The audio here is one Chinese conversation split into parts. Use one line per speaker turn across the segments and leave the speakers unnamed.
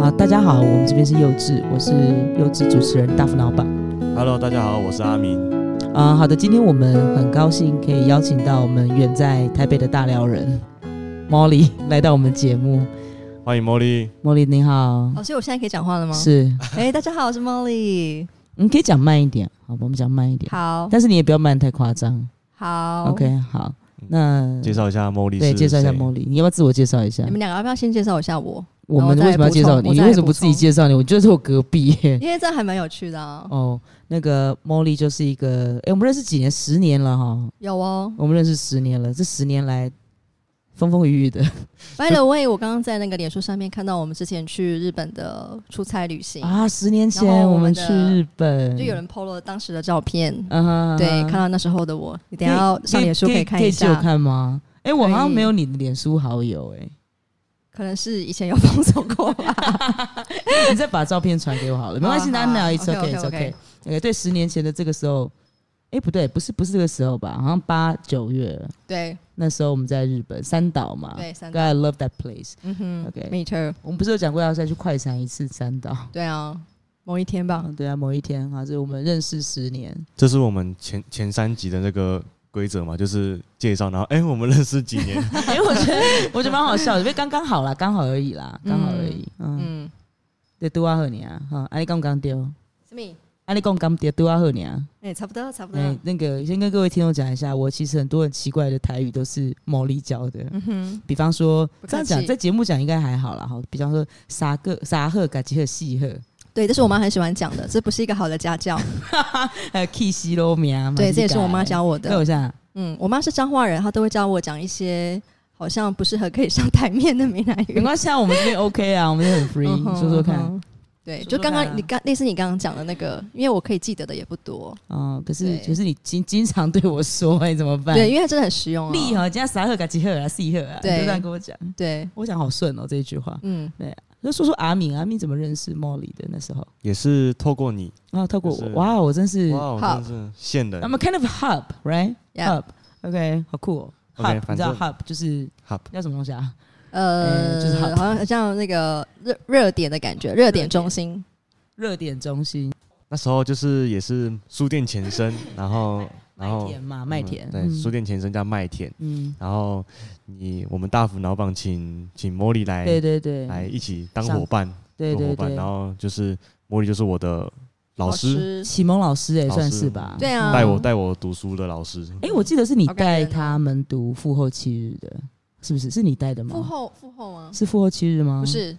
啊大家好，我们这边是幼稚，我是幼稚主持人大富老板。
Hello，大家好，我是阿明。
啊、好的，今天我们很高兴可以邀请到我们远在台北的大辽人 Molly 来到我们节目。
欢迎茉莉。
Molly 你好，
哦，所以我现在可以讲话了吗？。
是，
哎、大家好，我是 Molly。
你可以讲慢一点，好吧，我们讲慢一点，
好，
但是你也不要慢得太夸张。
好嗯
OK，好，那
介绍一下茉莉。
对，介绍一下 Molly，你要不要自我介绍一下
你？们两个要不要先介绍一下我？
我
我
们
再
为什么要
补
介绍
充
你？
我
你
再
为什么
补
不自己
充
介绍你？我就是我隔壁 耶。
因为这还蛮有趣的啊。
哦，那个 Molly 就是一个，哎、我们认识几年？十年了哈，
有哦。
我们认识十年了。这十年来风风雨雨的
By the way，我刚刚在那个脸书上面看到我们之前去日本的出差旅行，
啊，十年
然
前
后
我
我
们
们
去
的
日本，
就有人 PO 了当时的照片。
啊哈，
对，
啊
看
哈
到那时候的我，你等一下要上脸书
可
以看一
可以借
下
我。看吗？哎、我好像
可以
没有你的脸书好友哎、
可能是以前有封锁过吧。
你再把照片传给我好 了，没关系，
好啊
那那 it's
好啊
okay it's
OK，OK，OK
okay。哎，对，十年前的这个时候，哎、不对，不是不是这个时候吧？好像八九月
对
那时候我们在日本三岛嘛，
对，三个。
，I love that place。
嗯哼
啊 OK
，Me too。
我们不是有讲过要再去快闪一次三岛？
对啊，某一天吧。
嗯，对啊，某一天哈，这我们认识十年，
这是我们前前三集的那个规则嘛，就是介绍，然后哎、我们认识几 年？
哎、我觉得我觉得蛮好笑的，因为刚刚好啦，刚好而已啦，刚好而已。嗯，
嗯，
对，拄啊好你啊，哈，安利刚刚丢，
是你。
安利刚刚丢，拄啊好你啊。
哎、差不多，差不多。
哎、那个先跟各位听众讲一下，我其实很多很奇怪的台语都是毛利教的，
嗯哼，
比方说
不客气
这样讲，在节目讲应该还好啦，哈，比方说沙个沙鹤嘎吉和细鹤，
对，这是我妈很喜欢讲的，这不是一个好的家教。
还有 K 西罗米啊，
对，这也是我妈
教
教我
的。看
的
我。一下，
嗯，我妈是彰化人，她都会教我讲一些好像不适合可以上台面的闽南
没
语。
关系啊，我们这边 OK 啊，我们这边很 free，
嗯
你
哼
说说看。
嗯哼对，
说
就
说
刚
看啊
刚你刚类似你刚刚讲的那个，因为我可以记得的也不多。
哦，可是
对
可是你经经常对我说、哎，怎么办？
对，，因为它真的很实用、
厉
啊。
害，今天啥喝嘎几喝啊，四喝啊，你
对
就这样跟我讲，
对，
我讲好顺哦这一句话。
嗯，
那说说阿敏，阿敏怎么认识莫莉的？那时候
也是透过你，
啊，透过
就
我，
是
哇，我真是
哇，我
好
真是线人。
，I'm a kind of hub right
Yeah
hub。OK，好酷哦。
OK，
hub，你
反
知道
正
hub 就是
好，
叫什么东西啊？
呃，
哎就是好
好像像那个热热点的感觉，热点中心。
热点中心，
那时候就是也是书店 前身，然后然
麦
后
田嘛，麦田。
对，
嗯
书店前身叫麦田。
嗯，
然后你我们大福老板请请茉莉来
对对对，
来一起当
上
伙伴，
对
做
对
伙伴。然
对，
后就是茉莉就是我的老师，
启蒙老师嗯哎，
老师
算是吧。
对啊
带我带我读书的老师。
哎，我记得是你
好感
带
人哦
他们读复后七日的，是不是？是你带的吗？
父后父后吗？
是复活七日吗？
不，是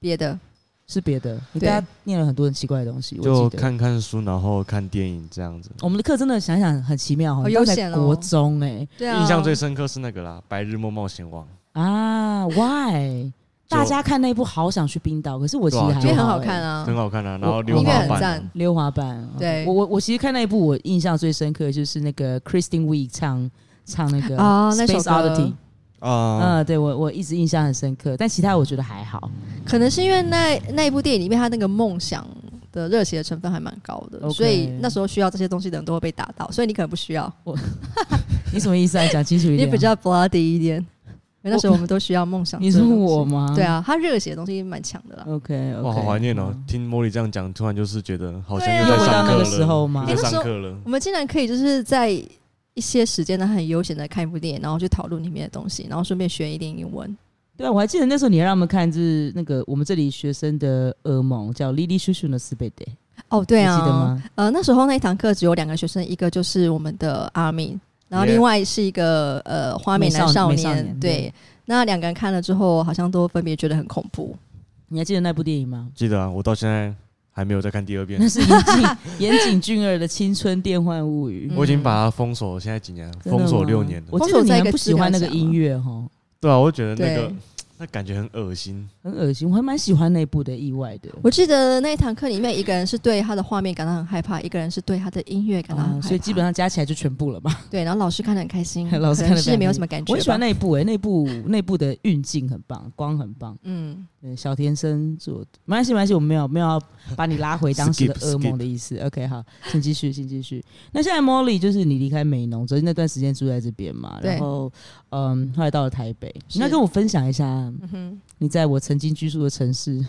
别的。
是别的。你
对
大家念了很多很奇怪的东西，我
就
记得。
看看书，然后看电影这样子。
我们的课真的想想很奇妙哦，
好
你都在
悠闲哦
国中哎
对啊，
印象最深刻是那个啦，《白日梦冒险王》，
啊，Why？大 家看那部好想去冰岛，可是我其实
对啊
还
因为很
好
好看
欸。
啊
很。好看啊。然
我
后溜
音
滑
乐
很
板
赞
啊，
溜滑板，哦
对
我我我其实看那一部，我印象最深刻的就是那个 Christine Wiig 唱唱那个
啊那首
Space
歌
Oddity，
啊，
嗯，对我我一直印象很深刻，但其他我觉得还好。
可能是因为那那一部电影里面，他那个梦想的热血的成分还蛮高的
OK
所以那时候需要这些东西的人都会被打到，所以你可能不需
啊
要，
你什么意思啊？讲清楚一
你
点啊。
比较 bloody 一点。因为那时候我们都需要梦想。
你是我？吗？
对。啊，他热血的东西蛮强的啦。
嗯 OK，
哇，好怀念哦！听茉莉这样讲，突然就是觉得好像
对啊
又在
又回
上
到
课了，
那
个时候嘛
又
哎
在
那时
上
候
课了。
我们竟然可以就是在一些时间呢，很悠闲的看一部电影，然后去讨论里面的东西，然后顺便学一点英文。
对啊，我还记得那时候你还让他们看，就是那个我们这里学生的噩梦，叫 Lily 叔叔的四倍的，
哦，对啊，
你记得吗？
呃，那时候那一堂课只有两个学生，一个就是我们的阿敏，然后
Yeah
另外是一个呃花美男
美少
少
美
年。
少年对
对，那两个人看了之后，好像都分别觉得很恐怖。
你还记得那部电影吗？
记得啊，我到现在还没有再看第二遍
那，是岩 井岩井俊二的《青春电幻物语》
嗯
我已经把它封锁，现在几年？啊
真的吗
封锁六年了
我。记得你很不喜欢那个音乐哈，
对啊，我就觉得那个
对
那感觉很恶心。
很恶心。我还蛮喜欢那部的，意外的。
我记得那一堂课里面，一个人是对他的画面感到很害怕，一个人是对他的音乐感到很害
啊，
怕，
所以基本上加起来就全部了嘛。，
对。然后老师看得很开心
老师看得
可能
非常
是没有
开
什么感觉。
我很喜欢，那一部诶、欸那部那部的运镜很棒，光很棒。
嗯，
对，小田生做的，没关系，没关系，我们没有没有要把你拉 回当时的
Skip,
噩梦
skip
的意思。OK，好，请继续，请继续。那现在 Molly 就是你离开美农，所以那段时间住在这边嘛，
对
然后嗯，后来到了台北，
是
你要跟我分享一下
嗯哼，
你在我曾经居住的城市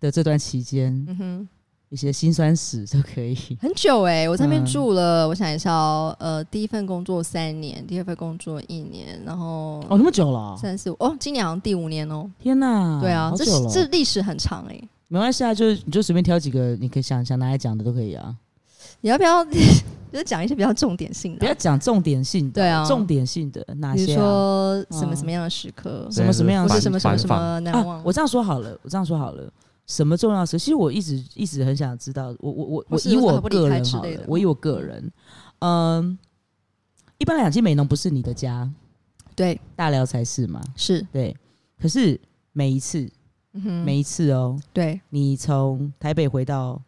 的这段期间，
嗯哼，
一些辛酸史都可以。
很久哎、我在那边
嗯
住了，我想一下哦，呃，第一份工作三年，第二份工作一年，然后
哦，那么久了哦、
三四五哦，今年好像第五年哦。
天哪！
对啊
好，
这
久
是
了哦
这历史很长 哎、
没关系啊，就是你就随便挑几个，你可以想想拿来讲的都可以啊，
你要不要就是讲一些比较重点性
不
的
要
啊？
讲重点性的，
对啊
重点性的哪
比
些、
如
啊？
说什么
嗯
什么样的时刻，
什么什么样
或
的反
是什么什么什
反
么难忘？
啊，我这样说好了，我这样说好了，什么重要的事？其实我一直一直很想知道，我我我
或
我
是
以
为什么
我
不离
个
开
人
之
好
类
了
的，
我以我个人，嗯，一般来讲，其实美浓不是你的家，
对
大寮才是嘛，
是，
对。可是每一次，
嗯哼，
每一次哦，
对，
你从台北回到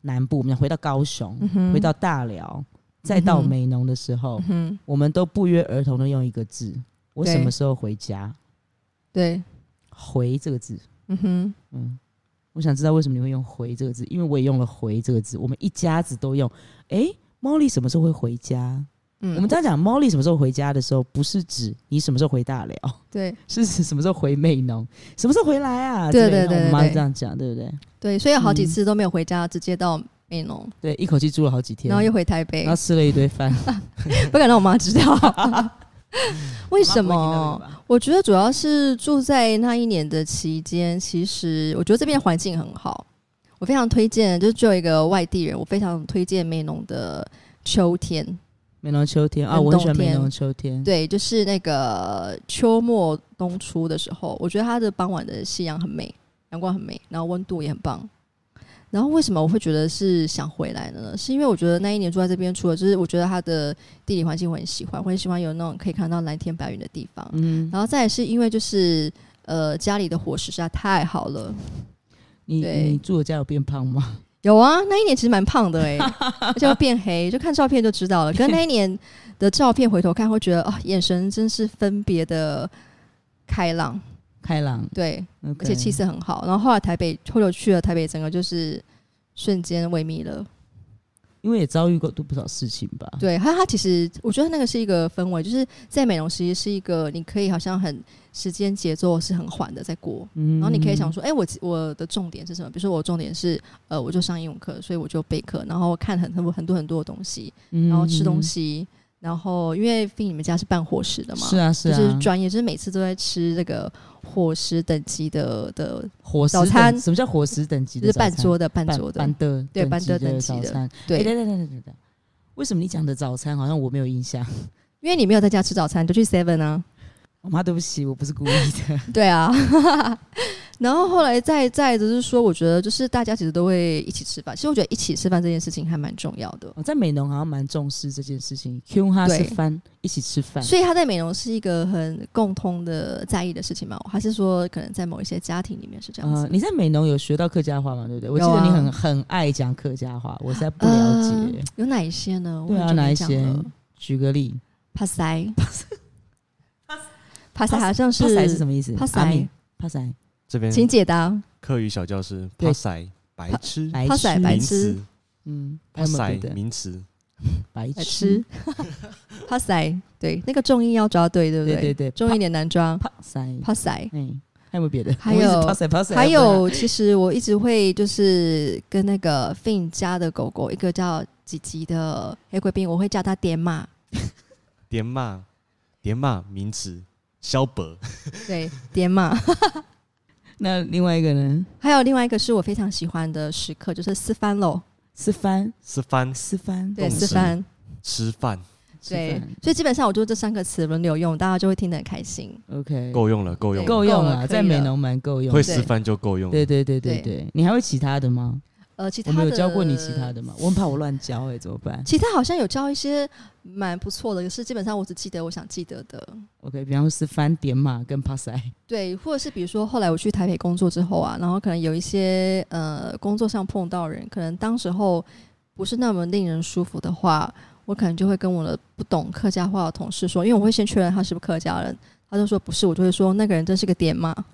南部，我们讲回到高雄，
嗯哼
回到大寮，再到
嗯哼
美浓的时候，
嗯哼，
我们都不约而同的用一个字：我
对
什么时候回家？
对，
回这个字，
嗯哼，
嗯，我想知道为什么你会用“回”这个字，因为我也用了“回”这个字，我们一家子都用。诶 m o l l y 什么时候会回家？
嗯，
我们在讲 Molly 什么时候回家的时候，不是指你什么时候回大寮，
对
是指什么时候回美农，什么时候回来啊？
对
之类的
对对
我妈
对
这样讲，对不对？
对，所以有好几
嗯
次都没有回家，直接到美浓，
对，一口气住了好几天，
然后又回台北
然后，吃了一堆饭，
不敢让我妈知 道。为
为
什么？？我觉得主要是住在那一年的期间，其实我觉得这边环境很好，我非常推荐。就是作为一个外地人，我非常推荐美浓的秋天。
美浓秋天啊，
跟
我很喜欢
冬
美
天
浓秋天。
对，就是那个秋末冬初的时候，我觉得它的傍晚的夕阳很美，阳光很美，然后温度也很棒。然后为什么我会觉得是想回来的呢？是因为我觉得那一年住在这边，除了就是我觉得它的地理环境我很喜欢，我很喜欢有那种可以看到蓝天白云的地方。
嗯，
然后再来是因为就是呃家里的伙食实在太好了，
你
对
你住的家有变胖吗？
有啊，那一年其实蛮胖的哎、而且会变黑，就看照片就知道了。可是那一年的照片回头看，会觉得啊、眼神真是分别的开朗，
开朗，
对，而
OK
且气色很好。然后后来台北，后来我去了台北，整个就是瞬间萎靡了。
因为也遭遇过都不少事情吧。
对，它它其实我觉得那个是一个氛围，就是在美容其实是一个你可以好像很时间节奏是很缓的在过，
嗯，
然后你可以想说，哎、我我的重点是什么？比如说我的重点是，呃，我就上英文课，所以我就备课，然后看很很多很多很多的东西，
嗯，
然后吃东西，然后因为毕竟你们家是办伙食的嘛，
是啊是啊，
就是专业，就是每次都在吃这个伙食等级的的，
伙食
早餐
等什么叫伙食等级
就
的
是
早餐？
半桌的半
半
桌的
半，的
对半
的
的等级
早
的
餐。哎
对，
等等等等等等，为什么你讲的早餐好像我没有印象？
因为你没有在家吃早餐，你就去 Seven 啊。
我妈对不起，我不是故意的。
对啊， 然后后来再再就是说，我觉得就是大家其实都会一起吃饭。其实我觉得一起吃饭这件事情还蛮重要的，
我在美农好像蛮重视这件事情，Q 哈是
对
饭，一起吃饭。
所以他在美容是一个很共通的在意的事情嘛？还是说可能在某一些家庭里面是这样子？
呃，你在美农有学到客家话吗？对不对？我记
有
得
啊
你很很爱讲客家话，我实在不了解。
呃有哪一些呢？
对啊
我很久没
哪一
讲
些
了
举个例，
帕塞， 帕塞好像是
帕塞是什么意思？
帕
阿
塞
敏，帕塞，
这边
请解答。
课余小教室，
对
帕塞白痴
白
帕塞白
痴
名
痴
词，
嗯，还
帕
有没有
塞
别的
名词，
白
来吃， 帕塞，对，那个重音要抓对，对不
对对
对
对，
重音有点难抓。
帕塞，
帕塞，
嗯，还有没有别的？
还
我一直
有
帕塞帕塞，
还
不然
有，其实我一直会就是跟那个 Fin 家的狗狗，一个叫吉吉的黑贵宾，我会叫它点马。
点骂点骂名词，肖伯
对，点马。
那另外一个呢？
还有另外一个是我非常喜欢的时刻，就是四番喽。
吃饭，
吃饭
吃饭，
对，
动
四
词
番。
吃饭
吃
对
饭，
所以基本上我就这三个词轮流用，大家就会听得很开心。
，OK，
够用了，够用了，
够用
够了
了，
可以
在美
了
农蛮够用
会
的。
吃饭就够用了。
对对对对
对
对，你还会其他的吗？
呃，其
我
他
没
的
有教过你其他的吗？我很怕我乱教哎，怎么办
其他好像有教一些蛮不错的，可是基本上我只记得我想记得的。
？OK，比方说是翻点码跟帕塞，
对，或者是比如说后来我去台北工作之后啊，然后可能有一些呃工作上碰到人，可能当时候不是那么令人舒服的话，我可能就会跟我的不懂客家话的同事说，因为我会先确认他是不是客家人，他就说不是，我就会说那个人真是个点嘛。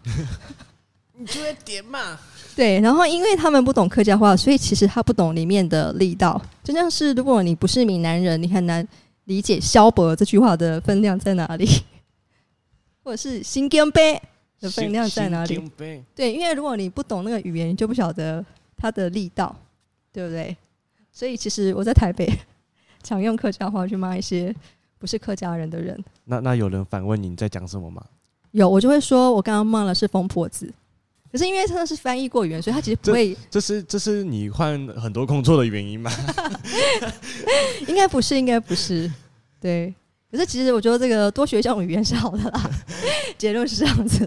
你就会点骂。
对，然后因为他们不懂客家话，所以其实他不懂里面的力道。就像是如果你不是闽南人，你很难理 解“萧伯”这句话的分量在哪里，或者是“新干杯”，的分量在哪里？
里？
对，因为如果你不懂那个语言，你就不晓得它的力道，对不对？所以其实我在台北 常用客家话去骂一些不是客家人的人，
那那有人反问你你在讲什么吗？
有我就会说我刚刚骂了是疯婆子，可是因为真的是翻译过语言，所以他其实不会，
这是这是你换很多工作的原因吗？
应该不是，应该不是，对。可是其实我觉得这个多学一项语言是好的啦， 结论是这样子。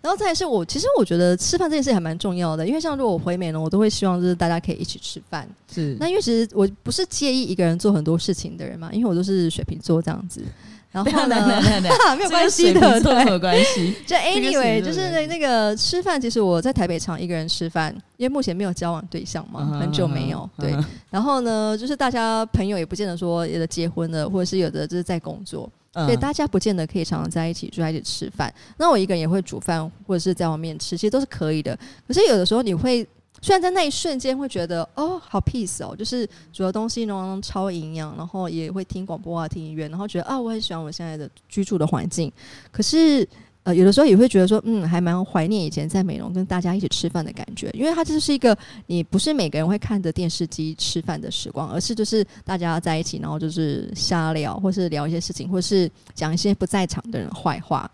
然后再来是我，其实我觉得吃饭这件事还蛮重要的，因为像如果我回美呢，我都会希望就是大家可以一起吃饭，
是
那因为其实我不是介意一个人做很多事情的人嘛，因为我都是水瓶座这样子。然
不要
后
来来
呢，
来来，
哈 没有关系的
这，跟水瓶座有什
对。
么关系？
就
个是
anyway，
对
就是
对
那个吃饭，其实我在台北常一个人吃饭，因为目前没有交往对象嘛，很久
啊
没有。对，然后呢，就是大家朋友也不见得说有的结婚了，或者是有的就是在工作，所以
对
大家不见得可以常常在一起住在一起吃饭。那我一个人也会煮饭，或者是在外面吃，其实都是可以的。可是有的时候你会，虽然在那一瞬间会觉得哦，好 peace 哦，就是煮的东西呢超营养，然后也会听广播啊、听音乐，然后觉得啊，我很喜欢我现在的居住的环境。可是呃，有的时候也会觉得说，嗯，还蛮怀念以前在美容跟大家一起吃饭的感觉，因为它就是一个你不是每个人会看着电视机吃饭的时光，而是就是大家在一起，然后就是瞎聊，或是聊一些事情，或是讲一些不在场的人坏话。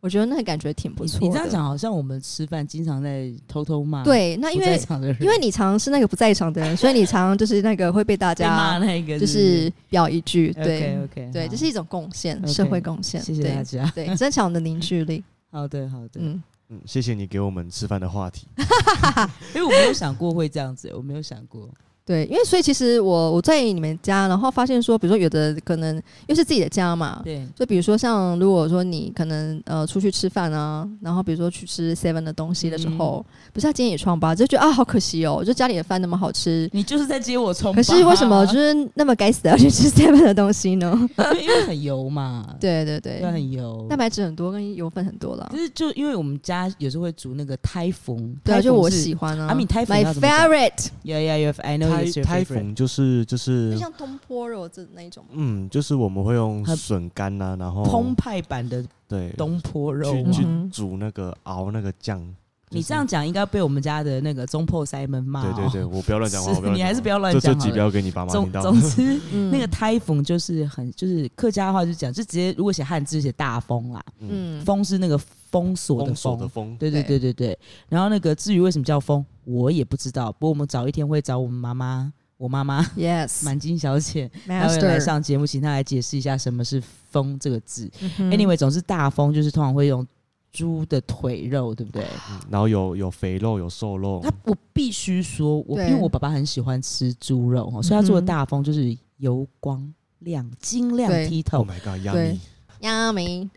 我觉得那个感觉挺不
你
错的。
你这样讲，好像我们吃饭经常在偷偷骂，，
对，那因
不在
为
场的人
因为你常是那个不在场的人，所以你常就是那个会被大
被骂
家
那个，
就是表一句，对
OK OK，
对，这是一种贡献，
OK，
社会贡献，
谢谢大家。
对对，增强我们的凝聚 力。
好的好的，
嗯，
嗯，谢谢你给我们吃饭的话题。
因哎为我没有想过会这样子，我没有想过，
对，因为所以其实我我在你们家，然后发现说，比如说有的可能因为是自己的家嘛，
对，
就比如说像如果说你可能呃出去吃饭啊，然后比如说去吃 Seven 的东西的时候，
嗯
不是他今天也创吧，就觉得啊好可惜哦，就家里的饭那么好吃，
你就是在接我冲吧，
可是为什么就是那么该死的要去吃 Seven 的东西呢？
因为很油嘛，
对对
对，啊
对，
很油，
蛋白质很多跟油分很多了
可。是就因为我们家有时候会煮那个胎缝，
对啊，
胎缝
就我
是
喜欢啊。
阿米泰粉
My
要怎么讲
favorite，
Yeah, yeah, you have, I know
胎
it's your
胎
favorite.
粉就是就是
嗯
就像东坡肉这那一种吗。
嗯，就是我们会用
很
笋干呐，然后
澎湃版的
对
东坡肉
去
嘛。
去
嗯
煮那个熬那个酱。
你
就是
这样讲应该被我们家的那个中破塞门骂、
对
哦。
对对，我不要乱讲话，
是
我要
你还是不要乱
讲话。这
讲
这
好
集
了
不要给你爸妈听
总
到。
总之，
嗯
那个胎风就是很就是客家话就讲，就直接如果写汉字就写大风啦，
嗯，
风是那个封锁的
封锁
封。
的风，
对对对对对。然后那个至于为什么叫风，我也不知道。不过我们早一天会找我们妈妈，我妈 妈
Yes，Master
满金小姐，她会来上节目，请她来解释一下什么是“风”这个字。Anyway，总
嗯
之大风就是通常会用猪的腿肉，对不对？
嗯然后有有肥肉，有瘦肉
他，我必须说，我因
对
为我爸爸很喜欢吃猪肉哦，所以他做
嗯哼
的大风就是油光亮、晶亮
对
剔
Oh
透。
my god，压
对
力。
Yummy，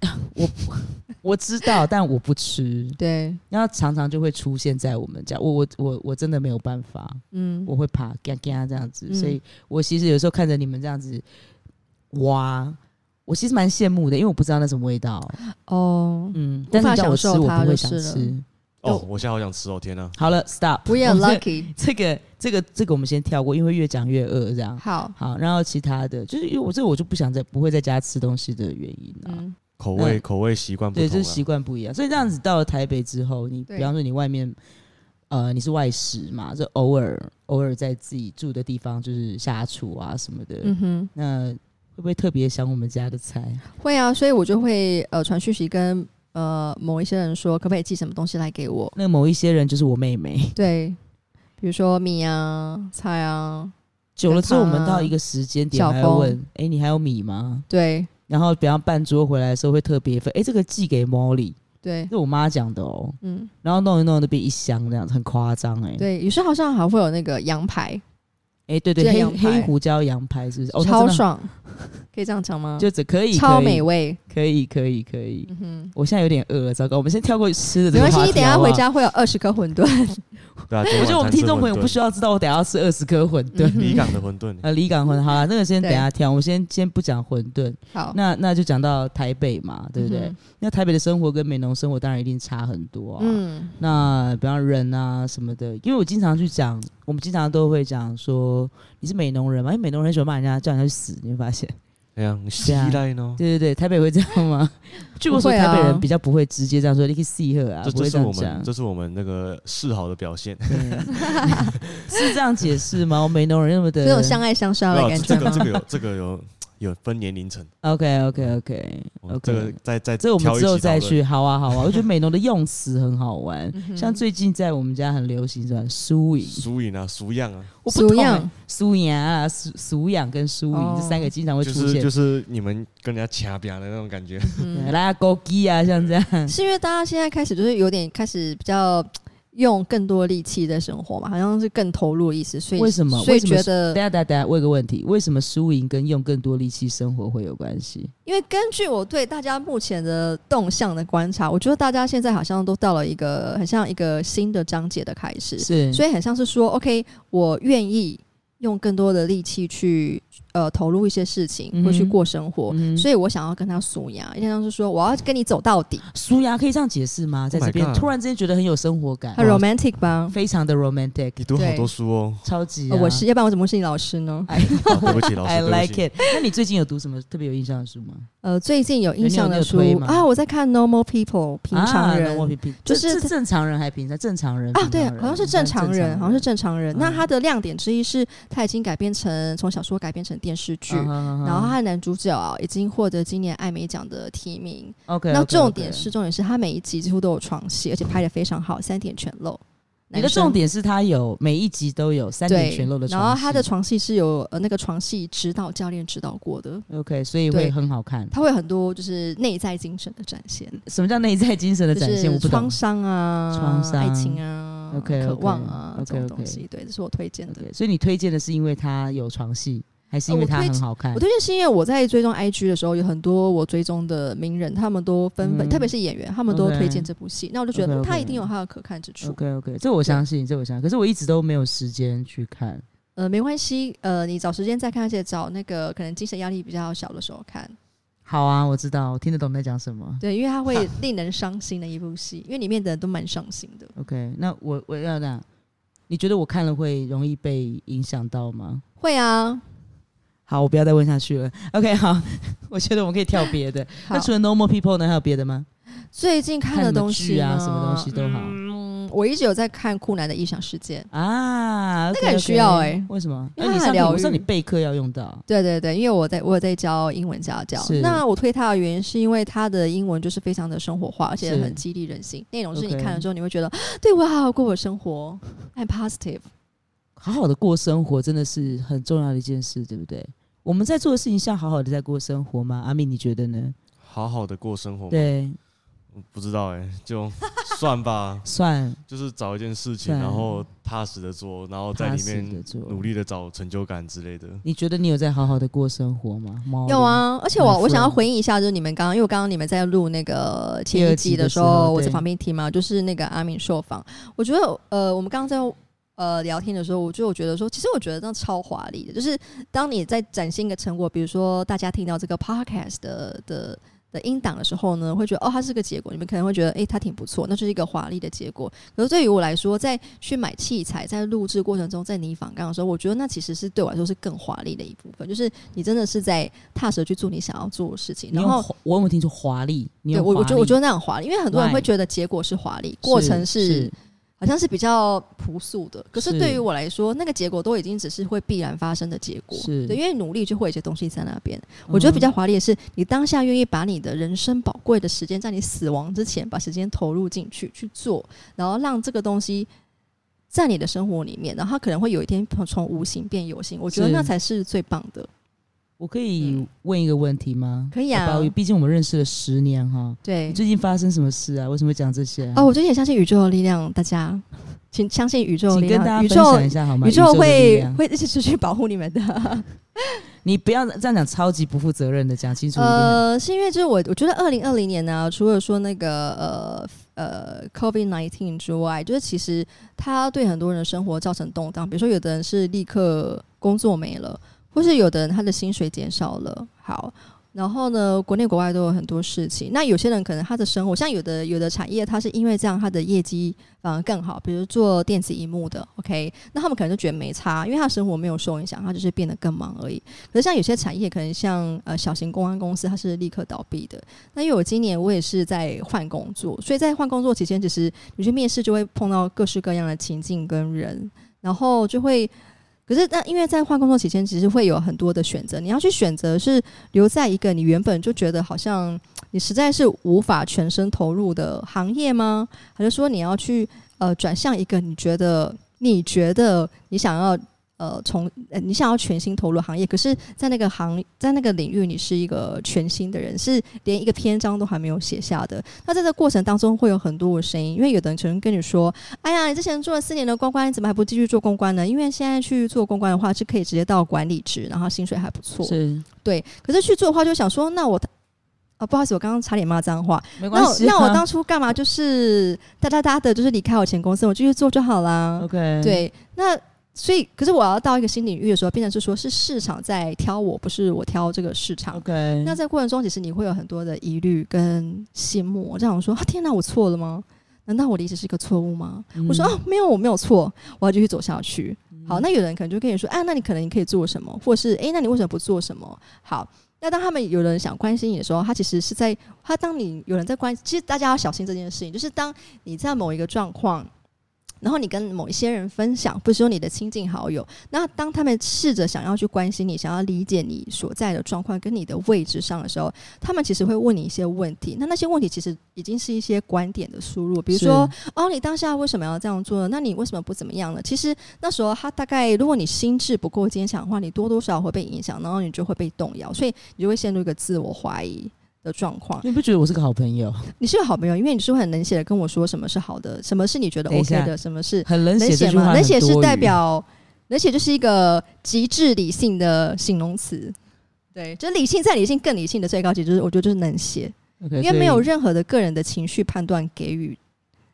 我 知道，但我不吃，
对，
然后常常就会出现在我们家。我我我我真的没有办法，
嗯，
我会怕嘎嘎这样子，
嗯
所以我其实有时候看着你们这样子挖，我其实蛮羡慕的，因为我不知道那什么味道。
哦，
嗯，
无
但
法
是叫我吃，
享受
我
它
不会
就
想
是了
吃。
哦，
就
我现在好想吃哦，天哪！
好了，stop。
We are
我们
lucky。
这个这个这个我们先跳过，因为越讲越饿这样。
好，
好，然后其他的就是因为我这个我就不想在不会在家吃东西的原因啊，
嗯，
口味
嗯
口味习惯不
对，
同
就是
啊
习惯不一样，所以这样子到了台北之后，你
对
比方说你外面，呃，你是外食嘛，就偶尔偶尔在自己住的地方就是下厨啊什么的，
嗯哼，
那会不会特别想我们家的菜？
会啊，所以我就会呃传讯息跟呃某一些人说，可不可以寄什么东西来给我？
那某一些人就是我妹妹，
对，比如说米啊、菜啊，
久了之后我们
啊
到一个时间点
小
还要
峰
问，哎、你还有米吗？
对
然后比方半桌回来的时候会特别分，哎、这个寄给 Molly，
对，
是我妈讲的哦，
嗯，
然后弄一弄就变一箱这样子，很夸张哎、
对，有时候好像还会有那个羊排，
哎、对对，
这个
黑
羊排
黑胡椒羊排是不是？哦，它真
超
的
爽，可以这样讲吗？
就只可以
超
可以
美味，
可以可以可以。
嗯哼。
我现在有点饿了，糟糕，我们先跳过吃的这
没
个
关系，
话
你
题
等一下
好不
回
好。
家会有二十颗馄饨。
对 啊，今
我觉
天
得我们
晚餐
听众
吃
朋友
馄饨
不需要知道我等一下要吃二十颗馄
嗯
饨。
离港的馄饨，
呃，离港馄饨好了，那个先
对
等一下跳，我们先先不讲馄饨，
好，
那那就讲到台北嘛，对不对？
嗯
那台北的生活跟美浓生活当然一定差很多啊。
嗯，
那比方人啊什么的，因为我经常去讲，哎我们经常都会讲说你是美浓人嘛，因为美浓人很喜欢骂人家，叫人家去死，你会发现
这样西来呢？
对对对，台北会这样吗？据我所知，
不会啊
台北人比较不会直接这样说，你可以细喝啊，
这
不
这
会
是
样
我
讲
们，这是我们那个示好的表现。
对是这样解释吗？我没弄人那么的
这种相爱相杀
没
的
有啊
感
这
觉
这个这？
吗
个有这个有有分年龄层，
OK OK OK
我
OK，
这个再再
这我们
挑一
之后
起讨
再
论
去。好啊好啊，我觉 得美浓的用词很好玩，
嗯哼
像最近在我们家很流行什么苏饮，
输赢啊，输样啊，
我不懂
俗
欸
养、
苏养啊、苏苏养跟苏饮
哦
这三个经常会
就
出
是
现
就，是你们跟人家掐边的那种感觉。
对
嗯
拉勾机啊，像这样，
是因为大家现在开始就是有点开始比较用更多力气在生活嘛，好像是更投入的意思，所以
为什么
所以
为什么
觉
等一，下
得
等一下等一下，问个问题，为什么输赢跟用更多力气生活会有关系？
因为根据我对大家目前的动向的观察，我觉得大家现在好像都到了一个很像一个新的章节的开始，
是，
所以很像是说，OK，我愿意用更多的力气去呃投入一些事情，
嗯哼
或去过生活，
嗯哼
所以我想要跟他数牙，一像是说我要跟你走到底，
苏牙可以这样解释吗？在
Oh my
这边
God
突然之间觉得很有生活感，哦
很 romantic 吧？
非常的 romantic，
你读好多书哦，
超级啊、
呃我是，要不然我怎么会是你老师呢？
哎。
啊对不起老
I
师，对不
like
起。
it。那你最近有读什么特别有印象的书吗？
呃，最近有印象的书
有哎你有推吗
啊，我在看《Normal People》平常
啊
人
那我平平这
就是
这正常人还平常正常人
啊，
平
对
常，人
好像是正常人，好像是正常人
嗯。
那它的亮点之一是，它已经改编成从小说改编成电视剧。
啊嗯
然后他的男主角啊已经获得今年艾美奖的提名。
OK，
那重点是，重点是他每一集几乎都有床戏，而且拍的非常好，三点全露。
你的
男生
重点是他有每一集都有三点
对
全露的，
然后他的床戏是有呃那个床戏指导教练指导过的，
OK，所以会
对
很好看。
他会有很多就是内在精神的展现，
什么叫内在精神的
就
展现？我
是
不懂
创。伤啊、
创伤
爱情啊、
OK，OK，
渴望啊这种
OK，OK
东西。对，这是我推荐的。
OK，所以你推荐的是因为他有床戏，还是因
呃
为
我
他
推
很好看
我？推荐是因为我在追踪 IG 的时候，有很多我追踪的名人，他们都纷纷，
嗯
特别是演员，他们都
OK
推荐这部戏。那我就觉得
OK，OK
他一定有他的可看之处。
OK OK，这我相信，这我相信。可是我一直都没有时间去看。
呃，没关系，呃，你找时间再看，而且找那个可能精神压力比较小的时候看。
好啊，我知道，我听得懂你在讲什么。
对，因为它会令人伤心的一部戏，因为里面的人都蛮伤心的，
OK，那我我要讲，你觉得我看了会容易被影响到吗？
会啊。
好，我不要再问下去了。OK，好， 我觉得我们可以跳别的。
好
那，除了 Normal People 呢，还有别的吗？
最近看的
什么
东
剧
西
啊，
呢
什么东西都好、
嗯，我一直有在看酷男的异想世界。
啊。
那个
OK，OK
很需要欸
为什么？
因
那
为
你
它
上次
很疗
我知道
愈
你备课要用到。
对对对，因为我在我有在教英文家教
是，
那我推他的原因是因为他的英文就是非常的生活化，而且
是
很激励人心。内容是你
OK
看了之后，你会觉得对我好好过我生活，I'm positive。
好好的过生活真的是很重要的一件事，对不对？我们在做的事情像好好的在过生活吗？阿敏，你觉得呢？
好好的过生活，，
对，
不知道哎，就算吧，
算
就是找一件事情，
对
然后踏实的做，然后在
踏
里
实的
面
做。
努力的找成就感之类的。
你觉得你有在好好的过生活吗？猫
有
咪，
啊，而且
my
我我想要
friend
回应一下，就是你们刚刚，因为刚刚你们在录那个
第
前
二
一
集
集
的
的
时
时
候
候，我在
对
旁边听嘛，就是那个阿敏受访，我觉得呃，我们刚刚在。呃，聊天的时候，我就我觉得说，其实我觉得这样超华丽的，就是当你在展现一个成果，比如说大家听到这个 podcast 的的的音档的时候呢，会觉得哦，它是个结果，你们可能会觉得，诶，它挺不错，那就是一个华丽的结果。可是对于我来说，在去买器材、在录制过程中，在你访纲的时候，我觉得那其实是对我来说是更华丽的一部分，就是你真的是在踏实地去做你想要做的事情，
你
然
用
后
华我有没有听出华丽？你
对
用
我，我
华
觉得我
丽
觉得那样华丽，因为很多人
Why？
会觉得结果是华丽，过程是好像是比较朴素的。可是
是
对于我来说，那个结果都已经只是会必然发生的结果。
是
对，因为努力就会有一些东西在那边。
嗯
我觉得比较华丽的是，你当下愿意把你的人生宝贵的时间，在你死亡之前把时间投入进去去做，然后让这个东西。在你的生活里面，然后它可能会有一天从从无形变有形，我觉得
是
那才是最棒的。
我可以问一个问题吗？
可以啊
小鲍鱼毕竟我们认识了十年哈。
对
你，最近发生什么事啊？为什么会讲这些啊、
哦，我最近也相信宇宙的力量，大家请相信宇宙的
请
力
跟大
量，
家
宇
分
宙
享一下好吗？
宇宙
的力
会
量
会一直持续保护你们的。
你不要这样讲，超级不负责任的讲清楚一点。
呃，是因为就是我我觉得二零二零年呢、除了说那个呃呃 COVID nineteen 之外，就是其实它对很多人的生活造成动荡。比如说，有的人是立刻工作没了，或是有的人他的薪水减少了。好。然后呢，国内国外都有很多事情。那有些人可能他的生活，像有的有的产业，他是因为这样他的业绩反而更好，比如做电子荧幕的，OK，那他们可能就觉得没差，因为他生活没有受影响，他就是变得更忙而已。可是像有些产业，可能像呃小型公安公司，它是立刻倒闭的。那因为我今年我也是在换工作，所以在换工作期间，其实你去面试就会碰到各式各样的情境跟人，然后就会。可是，那因为在换工作期间，其实会有很多的选择，你要去选择是留在一个你原本就觉得好像你实在是无法全身投入的行业吗？还是说你要去呃转向一个你觉得你觉得你想要呃从呃你想要全心投入行业，可是，在那个行在那个领域你是一个全新的人，是连一个篇章都还没有写下的。那在这过程当中会有很多的声音，因为有的人可能跟你说。哎呀，你之前做了四年的公关，你怎么还不继续做公关呢？因为现在去做公关的话，是可以直接到管理职，然后薪水还不错。
是
对，可是去做的话，就想说，那我啊，不好意思，我刚刚差点骂脏话。
没关系、啊，
那我当初干嘛就是哒哒哒的，就是离开我前公司，我继续做就好啦。
OK，
对，那所以，可是我要到一个新领域的时候，变成是说是市场在挑我，不是我挑这个市场。
OK，
那在过程中，其实你会有很多的疑虑跟心魔，这样说啊，天哪，我错了吗？难道我离职是个错误吗？嗯、我说啊，没有，我没有错，我要继续走下去。好，那有人可能就跟你说，啊，那你可能你可以做什么，或是诶、欸，那你为什么不做什么？好，那当他们有人想关心你的时候，他其实是在他当你有人在关，其实大家要小心这件事情，就是当你在某一个状况，然后你跟某一些人分享，不是说你的亲近好友，那当他们试着想要去关心你，想要理解你所在的状况跟你的位置上的时候，他们其实会问你一些问题。那那些问题其实已经是一些观点的输入，比如说，哦，你当下为什么要这样做呢？那你为什么不怎么样呢？其实那时候他大概，如果你心智不够坚强的话，你多多少少会被影响，然后你就会被动摇，所以你就会陷入一个自我怀疑。的状况，
你不觉得我是个好朋友？
你是个好朋友，因为你是会很冷血的跟我说什么是好的，什么是你觉得 OK 的，什么是
很冷
血
吗？
冷血是代表，冷血就是一个极致理性的形容词。对，就是理性在理性更理性的最高级，就是我觉得就是冷血
，okay,
因为没有任何的个人的情绪判断给予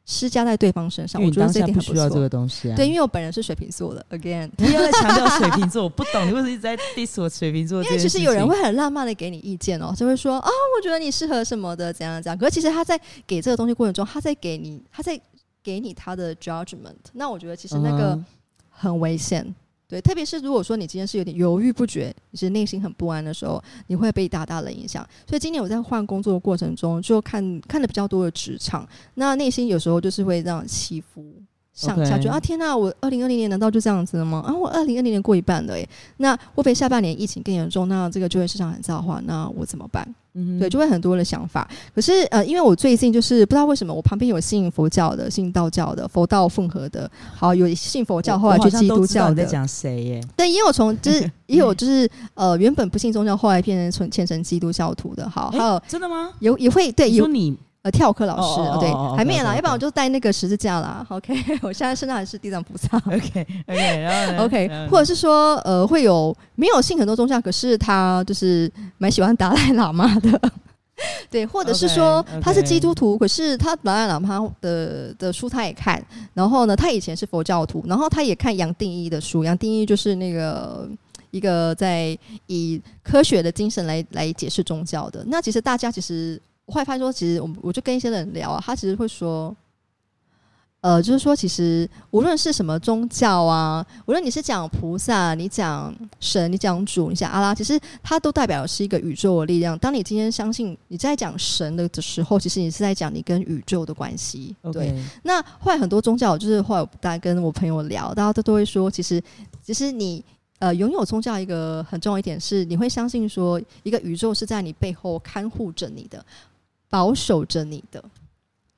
施加在对方身上。我觉得这点
不需要这个东西啊。
对，因为我本人是水瓶座的，again，
不 要再强调水瓶座，我不懂你为什么一直在 diss 我水瓶座。
因为其实有
嗯
人会很浪漫的给你意见哦，就会说啊。我觉得你适合什么的，怎样怎样。可是其实他在给这个东西过程中，他在给你，他在给你他的 judgment。那我觉得其实那个很危险，uh huh. 对。特别是如果说你今天是有点犹豫不决，你是内心很不安的时候，你会被大大的影响。所以今年我在换工作的过程中，就看看的比较多的职场，那内心有时候就是会这样起伏上下，就啊天呐、啊，我二零二零年难道就这样子了吗？啊，我二零二零年过一半了耶，那会不会下半年疫情更严重？那这个就业市场很糟的话，那我怎么办？
嗯、
对，就会很多的想法。可是呃，因为我最近就是不知道为什么，我旁边有信佛教的、信道教的、佛道混合的，好有信佛教，后来去基督教
的。在讲谁耶？
对，也有从就是也有就是呃，原本不信宗教，后来变成虔诚基督教徒的。哦好，还有
真的吗？
有也会对有
你
呃跳科老师、
哦
哦、对，
哦
还没啦，要不然我就带那个十字架啦。OK，我现在身上还是地藏菩萨。
OK OK，然后
OK，或者是说呃，会有没有信很多宗啊教，可是他就是蛮喜欢达赖喇嘛的。 对，或者是说
okay, okay
他是基督徒，可是他达赖喇嘛的的书他也看，然后呢，他以前是佛教徒，然后他也看杨定一的书，杨定一就是那个一个在以科学的精神来来解释宗教的。那其实大家其实我会发现说，其实我们我就跟一些人聊啊，他其实会说。呃，就是说，其实无论是什么宗教啊，无论你是讲菩萨，你讲神，你讲主，你讲阿拉，其实它都代表的是一个宇宙的力量。当你今天相信你在讲神的的时候，其实你是在讲你跟宇宙的关系。对，那后来很多宗教，就是后来我大家跟我朋友聊，大家都都会说，其实其实你呃拥有宗教一个很重要一点是，你会相信说一个宇宙是在你背后看护着你的，保守着你的。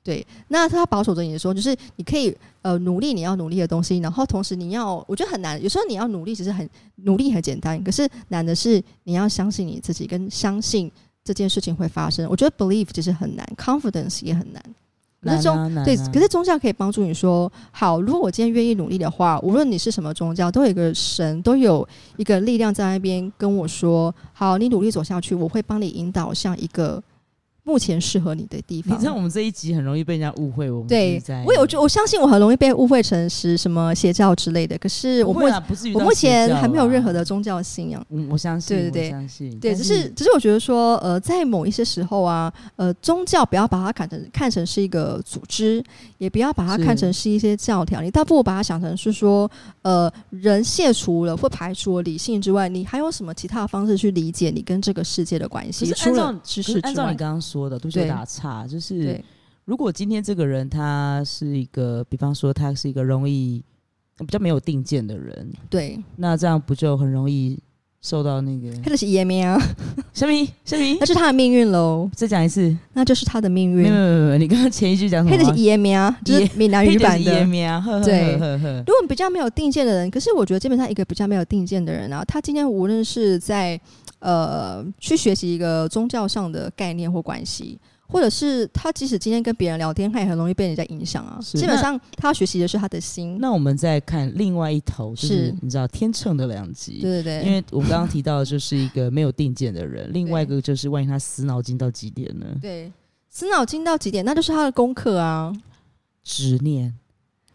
对，那他保守着你的时候，就是你可以呃努力你要努力的东西，然后同时你要，我觉得很难。有时候你要努力，其实很努力很简单，可是难的是你要相信你自己，跟相信这件事情会发生。我觉得 believe 其实很难，confidence 也很难。可是宗、
啊啊、
对，可是宗教可以帮助你说，好，如果我今天愿意努力的话，无论你是什么宗教，都有一个神，都有一个力量在那边跟我说，好，你努力走下去，我会帮你引导向一个。目前适合你的地
你
方
知。道我们这一集很容易被人家误会，我们
对
是在，
我有就我相信我很容易被误会成是什么邪教之类的，可是我
不
目
会啦，不至于
我
到
目
邪
前
教
还没有
啦
任何的，宗教信仰。
我我相信，
对对对
我相信，
对，
但
只是只是我觉得说，呃，在某一些时候啊，呃，宗教不要把它看成看成是一个组织，也不要把它
是
看成是一些教条，你倒不如把它想成是说，呃，人卸除了或排除了理性之外，你还有什么其他的方式去理解你跟这个世界的关系？
可是
除
按照
了
可
知识
是
之
按照
外
你，刚刚说的，对不起，我
对
打岔，就是
对，
如果今天这个人他是一个，比方说他是一个容易比较没有定见的人，
对，
那这样不就很容易受到那个
他的是爷们 啊，
小米小米
那？是他的命运喽，
再讲一次，
那就是他的命
没有没
运。
有没有，你刚刚前一句讲什
黑的
么
是？爷们啊，就是
爷
闽南
黑
语
的
版
是
的
爷。们啊，呵呵
对
呵呵
如果比较没有定见的人，可是我觉得基本上一个比较没有定见的人啊，他今天无论是在呃去学习一个宗教上的概念或关系，或者是他即使今天跟别人聊天，他也很容易被人家影响啊。
是嗯
基本上他要学习的是他的心。
那我们再看另外一头，就是
是
你知道天秤的两极，
对对对，
因为我刚刚提到的就是一个没有定见的人，另外一个就是万一他死脑筋到极点呢？
对死脑筋到极点，那就是他的功课啊。
执念，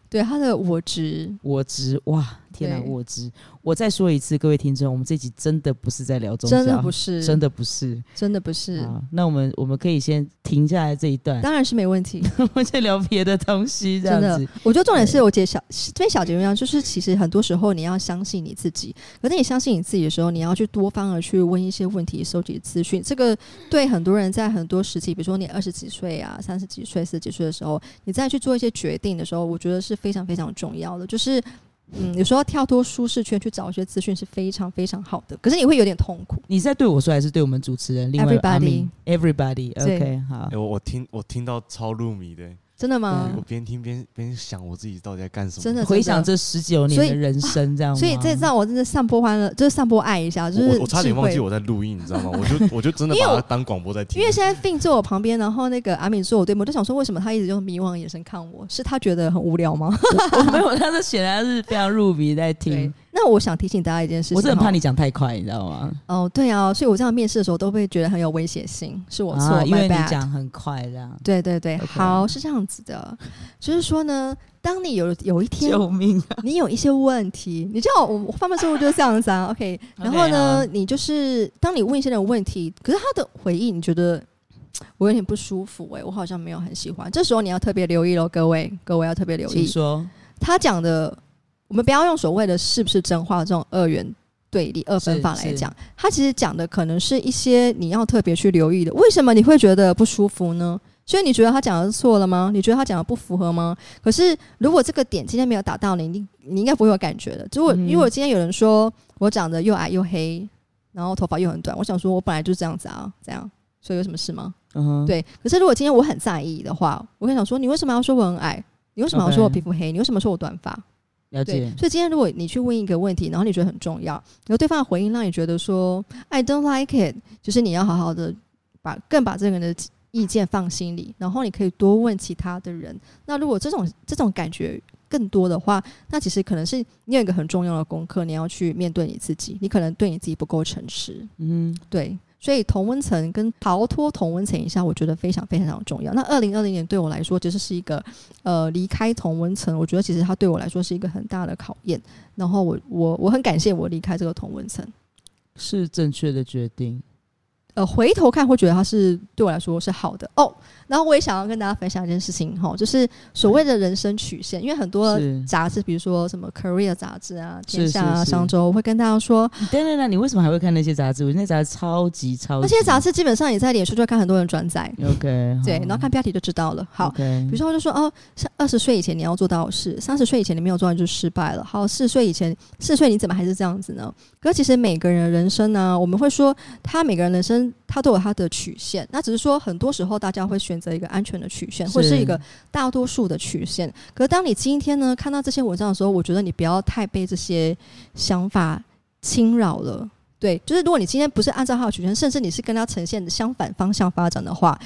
对他的我执，
我执，哇，天哪，
对
我执！我再说一次，各位听众，我们这集真的不是在聊宗教，
真的不
是，
是，
真的不啊是。
真的不是，
好，那我们我们可以先停下来这一段，
当然是没问题。
我们再聊别的东西，这样
真的
子。，
我觉得重
嗯
点是我姐小这边小结论一样，就是其实很多时候你要相信你自己，可是你相信你自己的时候，你要去多方的去问一些问题，收集资讯。
嗯
这个对很多人在很多时期，比如说你二十几岁啊、三十几岁、四十几岁的时候，你再去做一些决定的时候，我觉得是非常非常重要的。就是嗯，有时候跳脱舒适圈去找一些资讯是非常非常好的，可是你会有点痛苦。
你是在对我说，还是对我们主持人？另外
Everybody
阿明，everybody，
对
OK，好
哎，，我我听我听到超入迷的，欸
真的吗
对
我？边听边边想我自己到底在干什么。
嗯真的
回想这十九年
所以
的人生，这样吗，
所以这让我真的散播欢乐，就是散播爱一下，就
我
是
我我差点
智
忘
慧
记我在录音，你知道吗？我就我 就真的
因为
把
我
它当广播在听。
因为现在 Fin 坐我旁边，然后那个阿敏坐我对面，我就想说，为什么他一直用迷惘的眼神看我？是他觉得很 无聊吗？
我没有，他是显然是非常入迷在听。，
那我想提醒大家一件事情，
我是很怕
哈
你讲太快，你知道吗？
哦，对啊，所以我这样面试的时候都会觉得很有威胁性，是我错，
啊，因
my
为你
bad
讲很快这样。
对对对
OK
好，是这样子的，就是说呢，当你有有一天
救命啊！
你有一些问题，你知道我我贩卖生物就是这样子啊，OK，然后呢
OK，好
你就是当你问一些人问题，可是他的回应你觉得我有点不舒服、欸，我好像没有很喜欢，这时候你要特别留意喽，各位各位要特别留
请
意，
说，
他讲的，我们不要用所谓的是不是真话这种二元对立、二分法来讲，他其实讲的可能是一些你要特别去留意的。为什么你会觉得不舒服呢？所以你觉得他讲的是错了吗？你觉得他讲的不符合吗？可是如果这个点今天没有打到你，你你应该不会有感觉的。如果、
嗯
如果今天有人说我长得又矮又黑，然后头发又很短，我想说我本来就是这样子啊，这样，所以有什么事吗？
嗯哼，
对，可是如果今天我很在意的话，我会想说，你为什么要说我很矮？你为什么要说我
OK
皮肤黑你为什么说我短发？
了
对
解，。
所以今天如果你去问一个问题，然后你觉得很重要，然后对方的回应让你觉得说 “I don't like it”，就是你要好好的把更把这个人的意见放心里，然后你可以多问其他的人。那如果这种这种感觉更多的话，那其实可能是你有一个很重要的功课，你要去面对你自己，你可能对你自己不够诚实。
嗯，
对，所以同温层跟逃脱同温层一下，我觉得非常非常重要。那二零二零年对我来说，其实是一个呃离开同温层，我觉得其实它对我来说是一个很大的考验。然后我我我很感谢我离开这个同温层。
是正确的决定。
呃，回头看会觉得它是对我来说是好的哦。然后我也想要跟大家分享一件事情哈，就是所谓的人生曲线，因为很多
是，你
杂志，比如说什么 Career 杂志啊、天
是
下啊、
是
商周，会跟大家说，
等等等，你为什么还会看那些杂志？我觉得那杂志超级超级。嗯
那些杂志基本上你在脸书就会看很多人转载，
，OK，
对，然后看标题就知道了。好，
，OK，
比如说，就说哦，像二十岁以前你要做到的事，三十岁以前你没有做到你就失败了。好，四十岁以前，四十岁你怎么还是这样子呢？可是其实每个人的人生呢、我们会说，他每个人人生他都有他的曲线，那只是说很多时候大家会选择一个安全的曲线，或是一个大多数的曲线。可是当你今天呢看到这些文章的时候，我觉得你不要太被这些想法侵扰了。对，就是如果你今天不是按照他的曲线，甚至你是跟他呈现的相反方向发展的话，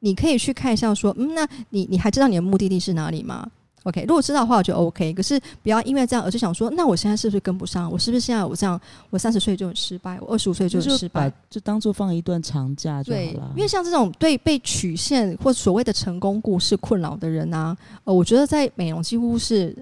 你可以去看一下说，嗯，那你你还知道你的目的地是哪里吗？ OK，如果知道的话，我就 OK。可是不要因为这样而就想说，那我现在是不是跟不上？我是不是现在我这样，我三十岁就很失败，我二十五岁就很失败？
就当做放一段长假就好
对
了，。
因为像这种对被曲线或所谓的成功故事困扰的人啊，呃，我觉得在美容几乎是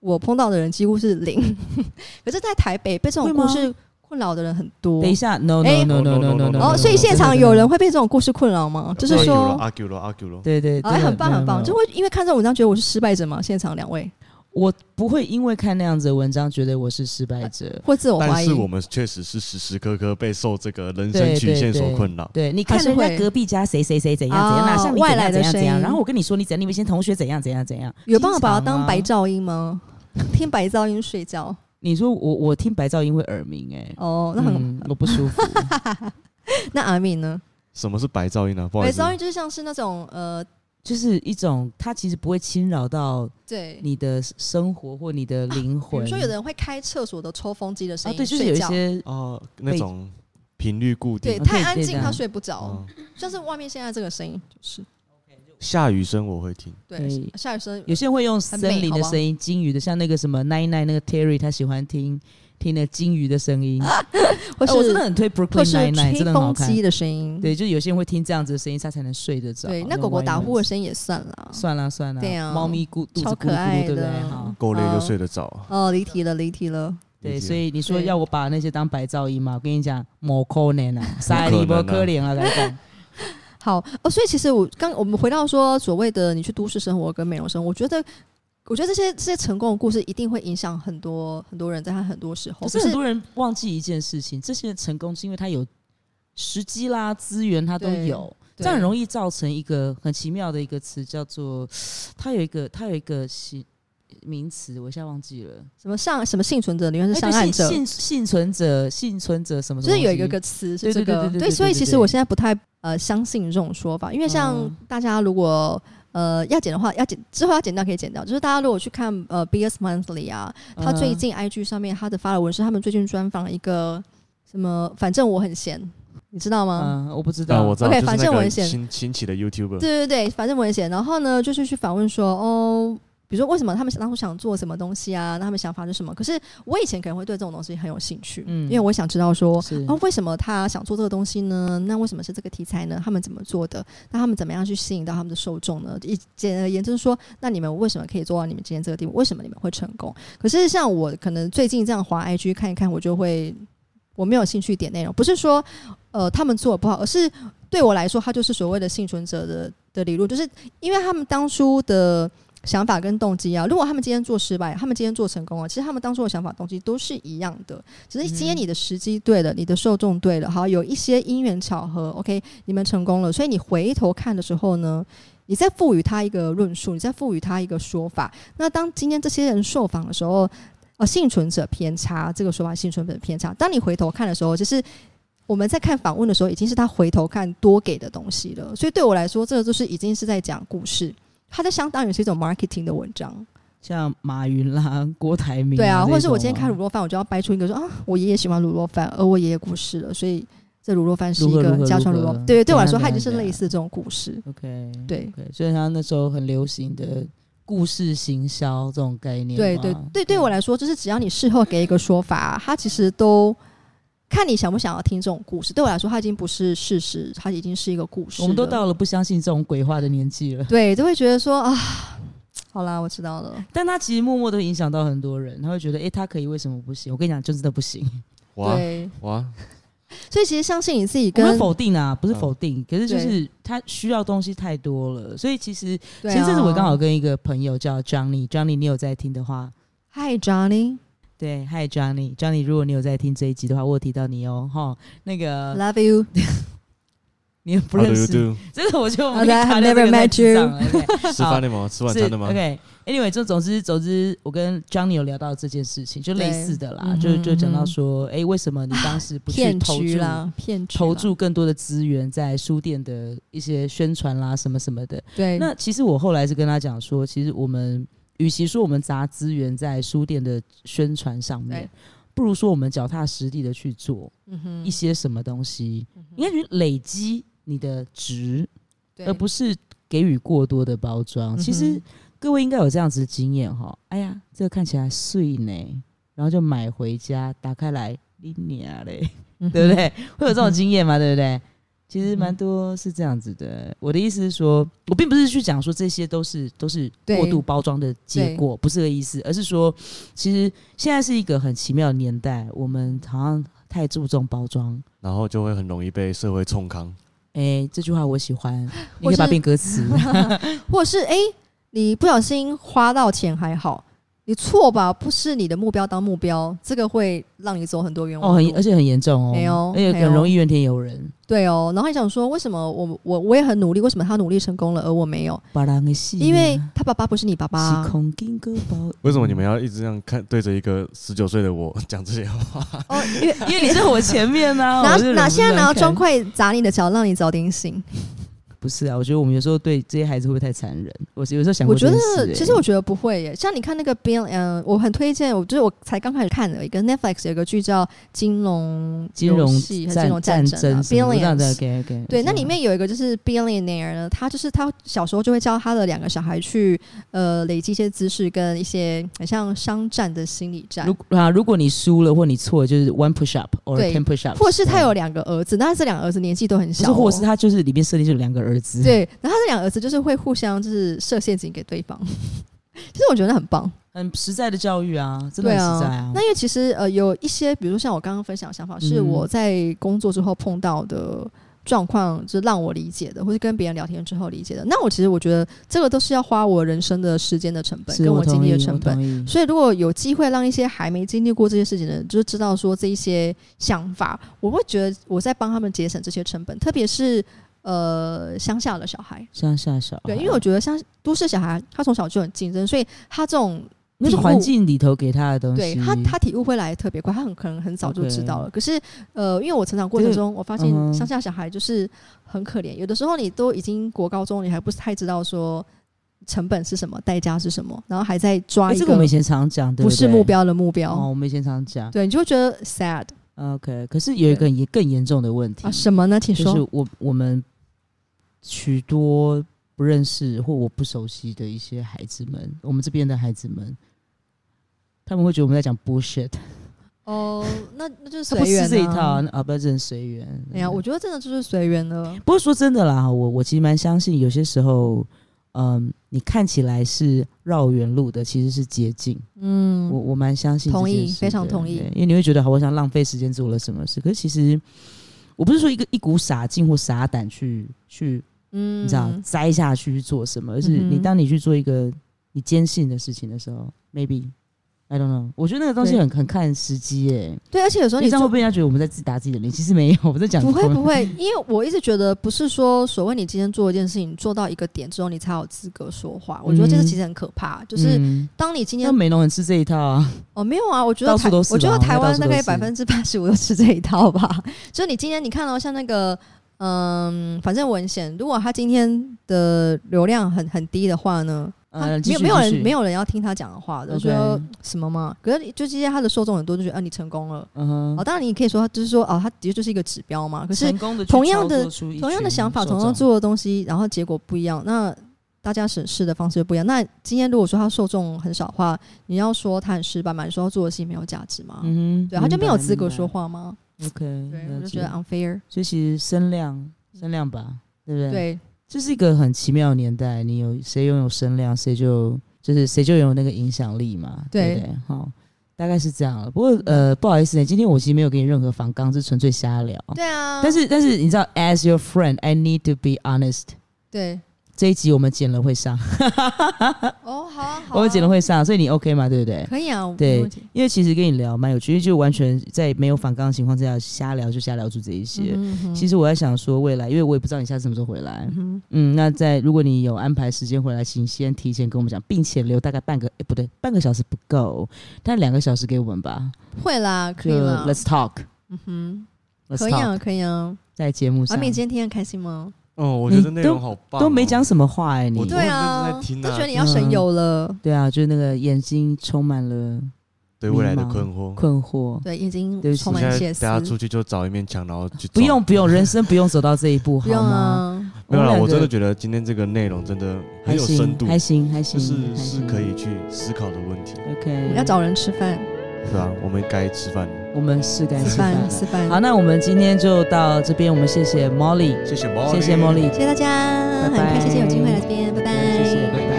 我碰到的人几乎是零。 可是，在台北被这种
会吗
故事困扰的人很多
等。一下，no
哎
no no no no no no，
哦，所以现场有人会被这种故事困扰吗？就是说，
argue 了，argue 了，
对对，
哎，
真的
很棒
没有
很
没
棒，
有
就会因为看这种文章觉得我是失败者吗？现场两位
我不会因为看那样子的文章觉得我是失败者。
或自我怀
但
疑
是，我们确实是时时刻刻被受这个人
对
生曲
对
线所
对
困扰。
对，你看
啊还是
人家
会
隔壁家谁谁谁怎样怎样，
哦
哪像你
外
怎
来
样
的
怎样怎
声
样，
音
然后我跟你说你怎样，你们以前同学怎样怎样怎样，
有办法把它
经常
当
啊
白噪音吗？听白噪音睡觉
你说我我听白噪音会耳鸣哎，
哦，那很、
嗯我不舒服。
那阿敏呢？
什么是白噪音呢？啊不好
白
意思，
噪音就是像是那种呃，
就是一种，它其实不会侵扰到
对，
你的生活或你的灵
比
魂。
啊如说有的人会开厕所的抽风机的
啊，
声音，
对，就是有
睡
一
觉。
些
哦，那
被
种频率固
对，
定。
啊
太
对
安
对
静
的
他睡不着
哦，
像是外面现在这个声音，就是
下雨声我会听，
对
对
下雨声
有些人会用森林的声音、鲸鱼的，像那个什么奈奈那个 Terry，他喜欢听听那鲸鱼的声音。
啊
哎
或
我真的
是
很推
或
Brooklyn
是
Nine Nine，
吹
真的很好
风
看。
机的声音，
对，就有些人会听这样子的声音，他才能睡得着。
对，那
种
狗狗打呼的
whine noise
声音也算啦，
算了算了，
对啊
猫咪咕肚子
超
咕噜咕
可
噜，
爱
对不对？
的
好，
够累
哦
就睡得着啊。
哦，离题了，离题了。
呃对，
理解
所以你说
对
要我把那些当白噪音嘛？我跟你讲，某可能 啊，塞里波可怜啊，跟你 讲。
好哦，所以其实我刚我们回到说所谓的你去都市生活跟美容生活，我觉得。我觉得这些这些成功的故事一定会影响很多很多人，在他很多时候，
可是
不
很多人忘记一件事情，这些人成功是因为他有时机啦、资源，他都
对
有，
对
这样很容易造成一个很奇妙的一个词，叫做它有一个它有一个形名词，我一下忘记了，
什么上什么幸存者，理论是
哎
上
对幸
岸者，
幸幸存者、幸存者什么什么东
就是
西，
有一个个词是
对
这
对
个
对对对对
所以其
对
实
对
我现在不太呃相信这种说法，因为像
嗯
大家如果呃要剪的话，要剪之后要剪掉可以剪掉，就是大家如果去看呃 BS Monthly 啊，他最
嗯
近 IG 上面他的发了文是他们最近专访一个什么，反正我很闲，你知道吗？
嗯，我不知
啊，
道，
我知道，
OK，
就是
反正
那
我
个
也写
新新起的
嗯
YouTuber，
对对对，反正我很闲。然后呢，就是去访问说，哦，比如说为什么他们当初想做什么东西啊？那他们想法是什么？可是我以前可能会对这种东西很有兴趣，
嗯
因为我想知道说，
是
啊，为什么他想做这个东西呢？那为什么是这个题材呢？他们怎么做的？那他们怎么样去吸引到他们的受众呢？一简而言之说，那你们为什么可以做到你们今天这个地步？为什么你们会成功？可是像我可能最近这样滑 IG 看一看，我就会我没有兴趣点内容，不是说呃他们做的不好，而是对我来说，他就是所谓的幸存者的的理论，就是因为他们当初的。想法跟动机啊，如果他们今天做失败，他们今天做成功了，其实他们当初的想法、动机都是一样的，只是今天
嗯
你的时机对了，你的受众对了，好，有一些因缘巧合，OK，你们成功了，所以你回头看的时候呢，你再赋予他一个论述，你再赋予他一个说法。那当今天这些人受访的时候，呃，幸存者偏差这个说法，幸存者偏差，当你回头看的时候，就是。我们在看访问的时候，已经是他回头看多给的东西了，所以对我来说，这个就是已经是在讲故事，它在相当于是一种 marketing 的文章。
像马云啦、郭台铭，
对啊，
这
或者是我
种
今天
啊
看卤肉饭，我就要掰出一个说啊，我爷爷喜欢卤肉饭，而我爷爷过世了，所以这卤肉饭是
如
一
何
个
如何
家
如
传卤肉
何
饭。对，对我来说，
怎
它
样
已经
怎
是类
样
似这种故事。
OK，
对
OK，所以他那时候很流行的故事行销这种概念嘛，
对对对，对我来说，就是只要你事后给一个说法，它其实都看你想不想要听这种故事。对我来说，它已经不是事实，它已经是一个故事了。
我们都到了不相信这种鬼话的年纪了，
对，就会觉得说啊，好啦，我知道了。
但他其实默默的影响到很多人，他会觉得，哎、他可以，为什么不行？我跟你讲，就真的不行。
哇
对，
哇，
所以其实相信你自己
我
跟
们否定啊，不是
嗯
否定，可是就
对
是他需要东西太多了，所以其实
对啊
前阵子我刚好跟一个朋友叫 Johnny，Johnny 你有在听的话，
Hi Johnny
对嗨 Johnny，Johnny 如果你有在听这一集的话，我有提到你哦，哈，那个
love you，
你不
How do
认
you
识，
do？
这个我就不会
I've
谈论
never
这个太
met
智
you
障了，OK
吃饭了吗？吃晚
是
餐了吗？
OK，Anyway，、就总之总之，我跟 Johnny 有聊到这件事情，就类似的啦，
对
就
嗯哼
就讲到说，哎、为什么你当时不去
骗
投
局
注
啦，骗局
投
啦
注更多的资源在书店的一些宣传啦，什么什么的？
对
那其实我后来是跟他讲说，其实我们与其说我们砸资源在书店的宣传上面
对，
不如说我们脚踏实地的去做
嗯哼
一些什么东西，应该去累积你的值，
对
而不是给予过多的包装。其
嗯
实
哼
各位应该有这样子的经验哈。哎呀，这个看起来碎呢，然后就买回家，打开来，你娘嘞，
嗯
对不对？会有这种经验吗？对不对？其实蛮多是这样子的。我的意思是说，我并不是去讲说这些都是都是
对
过度包装的结果，不是这个意思，而是说，其实现在是一个很奇妙的年代，我们好像太注重包装。
然后就会很容易被社会冲康。
哎、这句话我喜欢，你可
或
以把它
是
变歌 词。
或者是哎、诶你不小心花到钱还好，你错吧？不是你的目标当目标，这个会让你走很多冤
哦，
枉
很
路。
而且很严重哦，
没有
而且
没有
很容易怨天尤人，
对哦，然后还想说，为什么我我我也很努力，为什么他努力成功了，而我没有？
把人的戏啊，
因为他爸爸不是你爸爸
是。空金哥包。
为什么你们要一直这样看对着一个十九岁的我 讲这些话？
哦，因为
因为你在我前面呢、
哪
哦我就忍
哪
不住
些 拿
看
砖？块砸你的脚，让你早点醒？
不是啊，我觉得我们有时候对这些孩子会不会太残忍？我有时候想
我
过
觉
这件
得
事欸、，
其实我觉得不会耶。像你看那个 Bill，嗯、我很推荐，我就是我才刚开始看的一个 Netflix 有一个剧叫《金融
金
游
融
戏还是
战
金融战争、啊》
什么的这样子
Billions。
，OK OK。
对，那里面有一个就是 billionaire 呢，他就是他小时候就会教他的两个小孩去呃累积一些知识跟一些很像商战的心理战
如，啊，如果你输了或你错了，就是 one push up or
对
ten push up，
或是他有两个儿子，但是这两个儿子年纪都很
嗯不
小、
是，
哦，
或者是他就是里面设定就有两个儿子，，
对，然后他这两个儿子就是会互相就是设陷阱给对方，其实我觉得很棒，
很实在的教育啊，真的
对
很
啊
实在啊。
那因为其实呃有一些，比如说像我刚刚分享的想法，是
嗯
我在工作之后碰到的。状况就是让我理解的，或是跟别人聊天之后理解的。那我其实我觉得这个都是要花我人生的时间的成本，
是
跟
我
精
同
力的
意
成
我
本。
同意
所以，如果有机会让一些还没经历过这些事情的人，就是知道说这一些想法，我会觉得我在帮他们节省这些成本，特别是呃乡下的小孩。
乡下小孩，
对，因为我觉得像都市小孩，他从小就很竞争，所以他这种
那是
体悟
环境里头给他的东
对
西，
他他体悟会来得特别快，他很可能很早就知道了。可是呃，因为我成长过程中，我发现
嗯哼
乡下小孩就是很可怜，有的时候你都已经国高中，你还不是太知道说成本是什么，代价是什么，然后还在抓
哎
一
这个我们以前常讲，对
不
对
是目标的目标，
哦，我们以前常讲。哦
对，你就会觉得 sad
OK，可是有一个也更严重的问题
啊，，什么呢？请
就
说。
是我我们许多不认识或我不熟悉的一些孩子们，我们这边的孩子们，他们会觉得我们在讲 bullshit，
哦，那那就是
他不
随缘、
是
啊、
这一套啊，那啊，不是很随缘。嗯
哎呀，我觉得真的就是随缘了。
不过说真的啦，我我其实蛮相信，有些时候，嗯，你看起来是绕远路的，其实是捷径。
嗯，
我我蛮相信这
同
件
意
事的，
非常同意
对因为你会觉得好，我想浪费时间做了什么事，可是其实我不是说一个一股傻劲或傻胆去去，
嗯
你知道栽下去去做什么，而是
嗯哼
你当你去做一个你坚信的事情的时候，maybe。I don't know，我觉得那个东西
对
很很看时机耶、
对，而且有时
所
候
以
你
这样
做
会被人家觉得我们在自己打自己的脸，其实没有，我在讲
不会
空
不会，因为我一直觉得不是说所谓你今天做一件事情做到一个点之后，你才有资格说话。我觉得这个
嗯
其实很可怕，就是
嗯
当你今天
那美容很吃这一套啊，
哦没有啊，我觉得
到处
台
都是
我觉得
吧
台湾
到处
大
都
概
是
百分之八十五 都吃这一套吧。就是你今天你看到、像那个嗯，反正文显，如果他今天的流量很很低的话呢，
呃，
没有没有人没
有，
有人要听他讲的话的，就
OK
说什么嘛。可是就这些他的受众很多就觉得啊你成功了。
嗯哼
哦，当然你可以说，就是说，哦，他的确就是一个指标嘛。可是
成功的
同样的同样的想法，同样做的东西，然后结果不一样，那大家审视的方式就不一样。那今天如果说他受众很少的话，你要说他很失败嘛？你说他做的事情没有价值吗？
嗯哼，
对，他就没有
明白
资格说。
明
话吗？
白 OK，
对，
了
我就
解
觉得 unfair。
所以其实声量，声量吧，对不对？，
对，
这是一个很奇妙的年代，你有谁拥有声量，谁就就是谁就有那个影响力嘛，
对嗯
对不对？好，大概是这样了。不过呃，不好意思、今天我其实没有给你任何反纲，是纯粹瞎聊。
对啊。
但是但是你知道，as your friend, I need to be honest。
对，
这一集我们剪了会上，
哦，好啊，好啊，
我们剪了会上，所以你 OK 嘛？对不对？
可以啊，
对
没问题。
因为其实跟你聊蛮有趣，因为就完全在没有反纲的情况之下瞎聊，就瞎聊出这一些。
嗯哼
其实我在想说，未来，因为我也不知道你下次什么时候回来。嗯，那在如果你有安排时间回来，请先提前跟我们讲，并且留大概半个，哎、不对，半个小时不够，但两个小时给我们吧。
会啦，可
就
以啦，
Let's talk，
嗯哼，
Let's
可以
talk，
啊，可以啊。
在节目
阿
上
敏今天听得开心吗？
哦，我觉得内容好棒、
都没讲。什么话哎、
我
你嗯
都
对
很认真
啊
在，听
都
啊
觉得你要神游了。
对啊，就是那个眼睛充满了
对未来的
迷茫
困惑。
困惑。
对，已经
对不起
充
我
满
现在
一些
等
思。
下出去就找一面墙，然后去
不
撞
用不用，人生不用走到这一步，
不
好
用
吗？
啊，
没有啦，
们两个
我真的觉得今天这个内容真的很
还
有深度
行，，还行还行，
就是
还
是
行
可以去思考的问题，
OK。
要找人吃饭，
是吧？我们该吃饭了，
我们是该
吃
吃饭
饭，
了。
吃饭。
好，那我们今天就到这边，我们谢谢 Molly，
谢谢 Molly，
谢谢 Molly，
谢谢大家，
拜拜
很开心有机会来这边，拜拜。
谢谢，
拜拜